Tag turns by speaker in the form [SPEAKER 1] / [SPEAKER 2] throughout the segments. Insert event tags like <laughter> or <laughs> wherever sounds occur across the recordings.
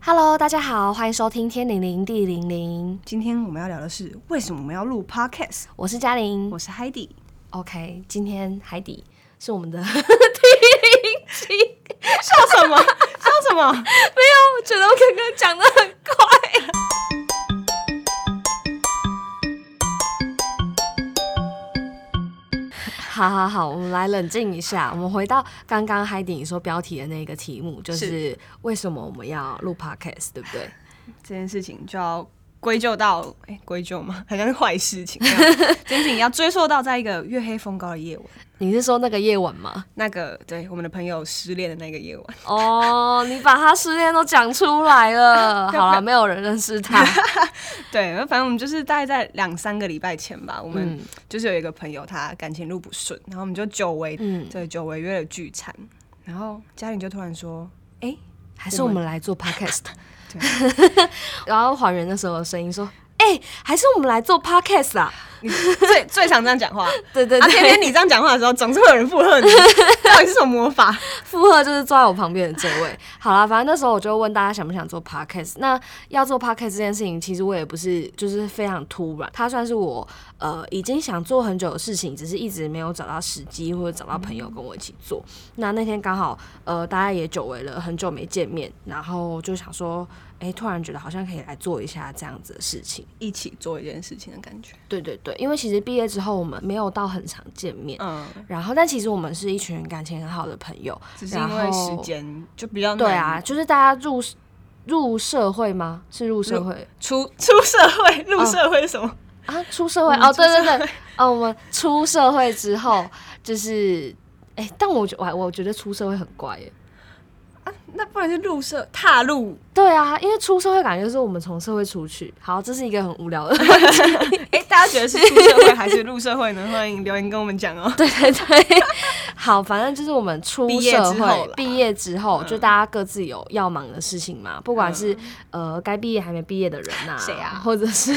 [SPEAKER 1] Hello，大家好，欢迎收听天灵灵地灵灵，
[SPEAKER 2] 今天我们要聊的是为什么我们要录 podcast。
[SPEAKER 1] 我是嘉玲
[SPEAKER 2] 我。是 Heidi，
[SPEAKER 1] OK，今天海底是我们的 <laughs> 第
[SPEAKER 2] 笑 <laughs> 什么？笑什么？
[SPEAKER 1] 没有，我觉得我刚刚讲的很快。 <laughs> 好好好，我们来冷静一下。我们回到刚刚海底你说标题的那个题目，就是
[SPEAKER 2] 是
[SPEAKER 1] 为什么我们要录 podcast，对不对？
[SPEAKER 2] 这件事情就要归咎到，哎、归咎吗？好像是坏事 <laughs> 情一样。这件事情要追溯到在一个月黑风高的夜晚，
[SPEAKER 1] 你是说那个夜晚吗？
[SPEAKER 2] 那个对我们的朋友失恋的那个夜 <laughs> 晚。
[SPEAKER 1] 哦，你把他失恋都讲出来 <laughs> 了。好了，没有人认识 <laughs> 他。
[SPEAKER 2] 对，反正我们就是大概在两三个礼拜前吧，我们
[SPEAKER 1] 嗯
[SPEAKER 2] 就是有一个朋友他感情路不顺，然后我们就久违，
[SPEAKER 1] 嗯，
[SPEAKER 2] 对，久违约了聚餐，然后嘉玲就突然 <laughs> 说，哎、
[SPEAKER 1] 还是我们来做 podcast。
[SPEAKER 2] 对
[SPEAKER 1] <laughs> 然后还原那时候的声音说：“哎、还是我们来做 podcast 啊
[SPEAKER 2] 你最最常这样讲话，！”
[SPEAKER 1] 对对
[SPEAKER 2] 啊，偏
[SPEAKER 1] 对，
[SPEAKER 2] 偏你这样讲话的时候，总是会有人附 <laughs> 和你，到底是什么魔法？
[SPEAKER 1] 附和就是坐在我旁边的这位。好啦，反正那时候我就问大家想不想做 podcast。那要做 podcast 这件事情，其实我也不是就是非常突然，它算是我呃已经想做很久的事情，只是一直没有找到时机或者找到朋友跟我一起做。那那天刚好呃大家也久违了，很久没见面，然后就想说，哎、突然觉得好像可以来做一下这样子的事情。
[SPEAKER 2] 一起做一件事情的感觉。
[SPEAKER 1] 对对对，因为其实毕业之后我们没有到很常见面，
[SPEAKER 2] 嗯，
[SPEAKER 1] 然后但其实我们是一群感情很好的朋友。
[SPEAKER 2] 只是因为时间就比较难
[SPEAKER 1] 对啊，，就是大家入入社会吗？是入社会
[SPEAKER 2] 出出社会入社会是什么？
[SPEAKER 1] 啊？
[SPEAKER 2] <laughs>
[SPEAKER 1] 出社会哦，对对对，哦，我们出社会之后就是。哎、但我觉我还我觉得出社会很怪耶。
[SPEAKER 2] 啊那不然就入社踏入，
[SPEAKER 1] 对啊，因为出社会感觉就是我们从社会出去。好，这是一个很无聊的
[SPEAKER 2] <laughs> 哎、大家觉得是出社会还是入社会呢？欢迎留言跟我们讲哦。
[SPEAKER 1] 对对对，好，反正就是我们出
[SPEAKER 2] 毕业
[SPEAKER 1] 社
[SPEAKER 2] 之后
[SPEAKER 1] 会
[SPEAKER 2] 啦嗯
[SPEAKER 1] 毕业之后，就大家各自有要忙的事情嘛，不管是呃该毕业还没毕业的人呐、
[SPEAKER 2] 谁啊
[SPEAKER 1] 或者
[SPEAKER 2] <laughs>
[SPEAKER 1] 是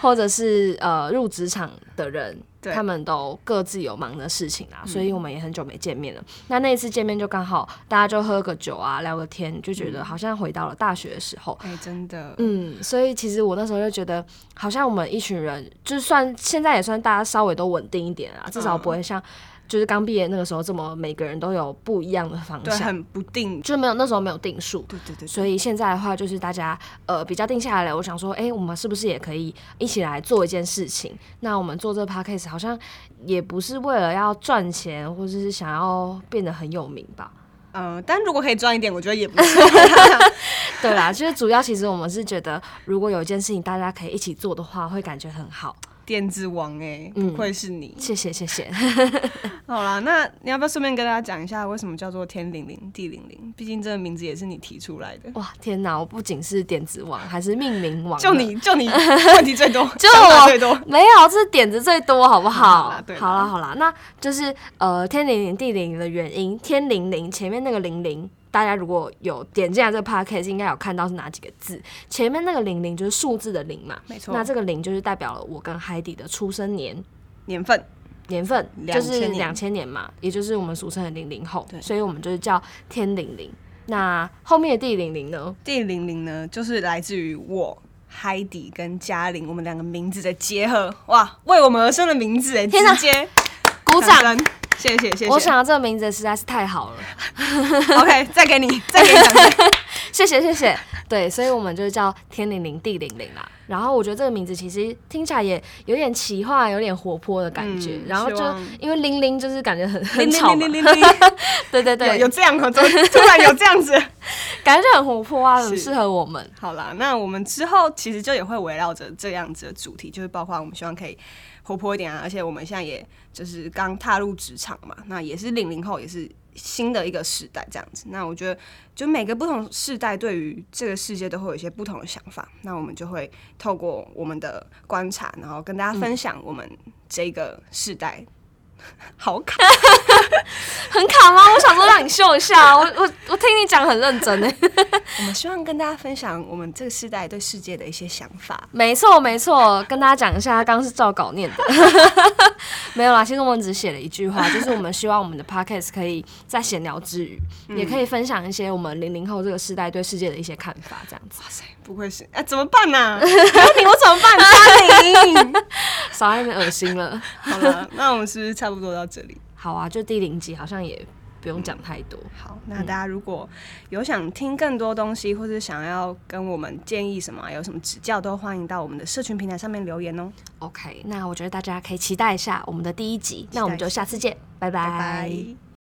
[SPEAKER 1] 或者是呃入职场的人。
[SPEAKER 2] 对嗯
[SPEAKER 1] 他们都各自有忙的事情啦，啊所以我们也很久没见面了。那那一次见面就刚好大家就喝个酒啊，聊个天，就觉得好像回到了大学的时候。
[SPEAKER 2] 哎、真的，
[SPEAKER 1] 嗯，所以其实我那时候就觉得，好像我们一群人，就算现在也算大家稍微都稳定一点啊
[SPEAKER 2] 嗯
[SPEAKER 1] 啦，至少不会像就是刚毕业那个时候这么每个人都有不一样的方
[SPEAKER 2] 对，
[SPEAKER 1] 向，
[SPEAKER 2] 很不定。
[SPEAKER 1] 就没有那时候没有定数。
[SPEAKER 2] 对对对，
[SPEAKER 1] 所以现在的话，就是大家呃比较定下来了。我想说，哎、我们是不是也可以一起来做一件事情？那我们做这个 podcast 好像也不是为了要赚钱，或者是想要变得很有名吧？
[SPEAKER 2] 嗯、但如果可以赚一点，我觉得也不 <laughs> 错。
[SPEAKER 1] 对啦，就是主要其实我们是觉得，如果有一件事情大家可以一起做的话，会感觉很好。
[SPEAKER 2] 电子王哎、不愧是你。
[SPEAKER 1] 谢谢谢 <laughs> 谢。
[SPEAKER 2] 好啦，那你要不要顺便跟大家讲一下，为什么叫做天灵灵地灵灵？毕竟这个名字也是你提出来的，
[SPEAKER 1] 哇，天哪！我不仅是点子王，还是命名王。
[SPEAKER 2] 就，你就你问题最多，
[SPEAKER 1] 就
[SPEAKER 2] 想法
[SPEAKER 1] 我
[SPEAKER 2] 最多。
[SPEAKER 1] 没有，这是点子最多，好不好？
[SPEAKER 2] 好啦对啦
[SPEAKER 1] 好啦好啦，那就是呃，天灵灵地灵灵的原因，天灵灵前面那个零零。大家如果有点进来这个 podcast，应该有看到是哪几个字？前面那个零零就是数字的零嘛，
[SPEAKER 2] 没错
[SPEAKER 1] 那这个零就是代表了我跟海底的出生年
[SPEAKER 2] 年份
[SPEAKER 1] 年份，就是
[SPEAKER 2] 2000年
[SPEAKER 1] 两千年嘛，也就是我们俗称的零零后，
[SPEAKER 2] 对
[SPEAKER 1] 所以我们就是叫天灵灵。那后面的地灵灵呢？
[SPEAKER 2] 地零零呢，就是来自于我。海底跟嘉玲，我们两个名字的结合，哇，为我们而生的名字哎，
[SPEAKER 1] 天哪
[SPEAKER 2] 直接
[SPEAKER 1] 鼓
[SPEAKER 2] 鼓
[SPEAKER 1] 掌！
[SPEAKER 2] 掌声，谢谢谢谢。
[SPEAKER 1] 我想到这个名字实在是太好了，
[SPEAKER 2] OK，再给你，再给你掌声。
[SPEAKER 1] 谢谢谢谢。对，所以我们就叫天灵灵地灵灵啦。然后我觉得这个名字其实听起来也有点奇幻，有点活泼的感觉。
[SPEAKER 2] 嗯
[SPEAKER 1] 然后就
[SPEAKER 2] 希望
[SPEAKER 1] 因为灵灵就是感觉很很
[SPEAKER 2] <laughs> 叮
[SPEAKER 1] 吵
[SPEAKER 2] 叮
[SPEAKER 1] 嘛
[SPEAKER 2] 叮，叮叮叮
[SPEAKER 1] 对对
[SPEAKER 2] 有
[SPEAKER 1] 对，
[SPEAKER 2] 有这样哦，怎么突然有这样子。
[SPEAKER 1] 感觉就很活泼啊，很
[SPEAKER 2] 是
[SPEAKER 1] 适合我们。
[SPEAKER 2] 好啦，那我们之后其实就也会围绕着这样子的主题，就是包括我们希望可以活泼一点啊，而且我们现在也就是刚踏入职场嘛，那也是零零后，也是新的一个时代这样子。那我觉得，就每个不同世代对于这个世界都会有一些不同的想法，那我们就会透过我们的观察，然后跟大家分享我们这个世代。 <laughs> 好卡。
[SPEAKER 1] 很卡吗？我想说让你秀一下，我我我听你讲很认真欸呢。
[SPEAKER 2] <laughs> 我们希望跟大家分享我们这个世代对世界的一些想法。
[SPEAKER 1] 没错没错，跟大家讲一下，刚刚是照稿念的， <laughs> 没有啦。其实我们只写了一句话，就是我们希望我们的 podcast 可以在闲聊之余，也可以分享一些我们零零后这个世代对世界的一些看法，这样 <laughs> 子。
[SPEAKER 2] 哇塞，不愧是啊，怎么办呢、
[SPEAKER 1] 你我怎么办？
[SPEAKER 2] 嘉玲，
[SPEAKER 1] 少在那边恶心了。
[SPEAKER 2] 好了， <laughs> 那我们是不是差不多到这里？
[SPEAKER 1] 好啊，就第零集好像也不用讲太多。
[SPEAKER 2] 好，那大家如果有想听更多东西，或者想要跟我们建议什么啊，有什么指教，都欢迎到我们的社群平台上面留言哦。
[SPEAKER 1] OK，那我觉得大家可以期待一下我们的第一集，那我们就下次见，拜
[SPEAKER 2] 拜拜。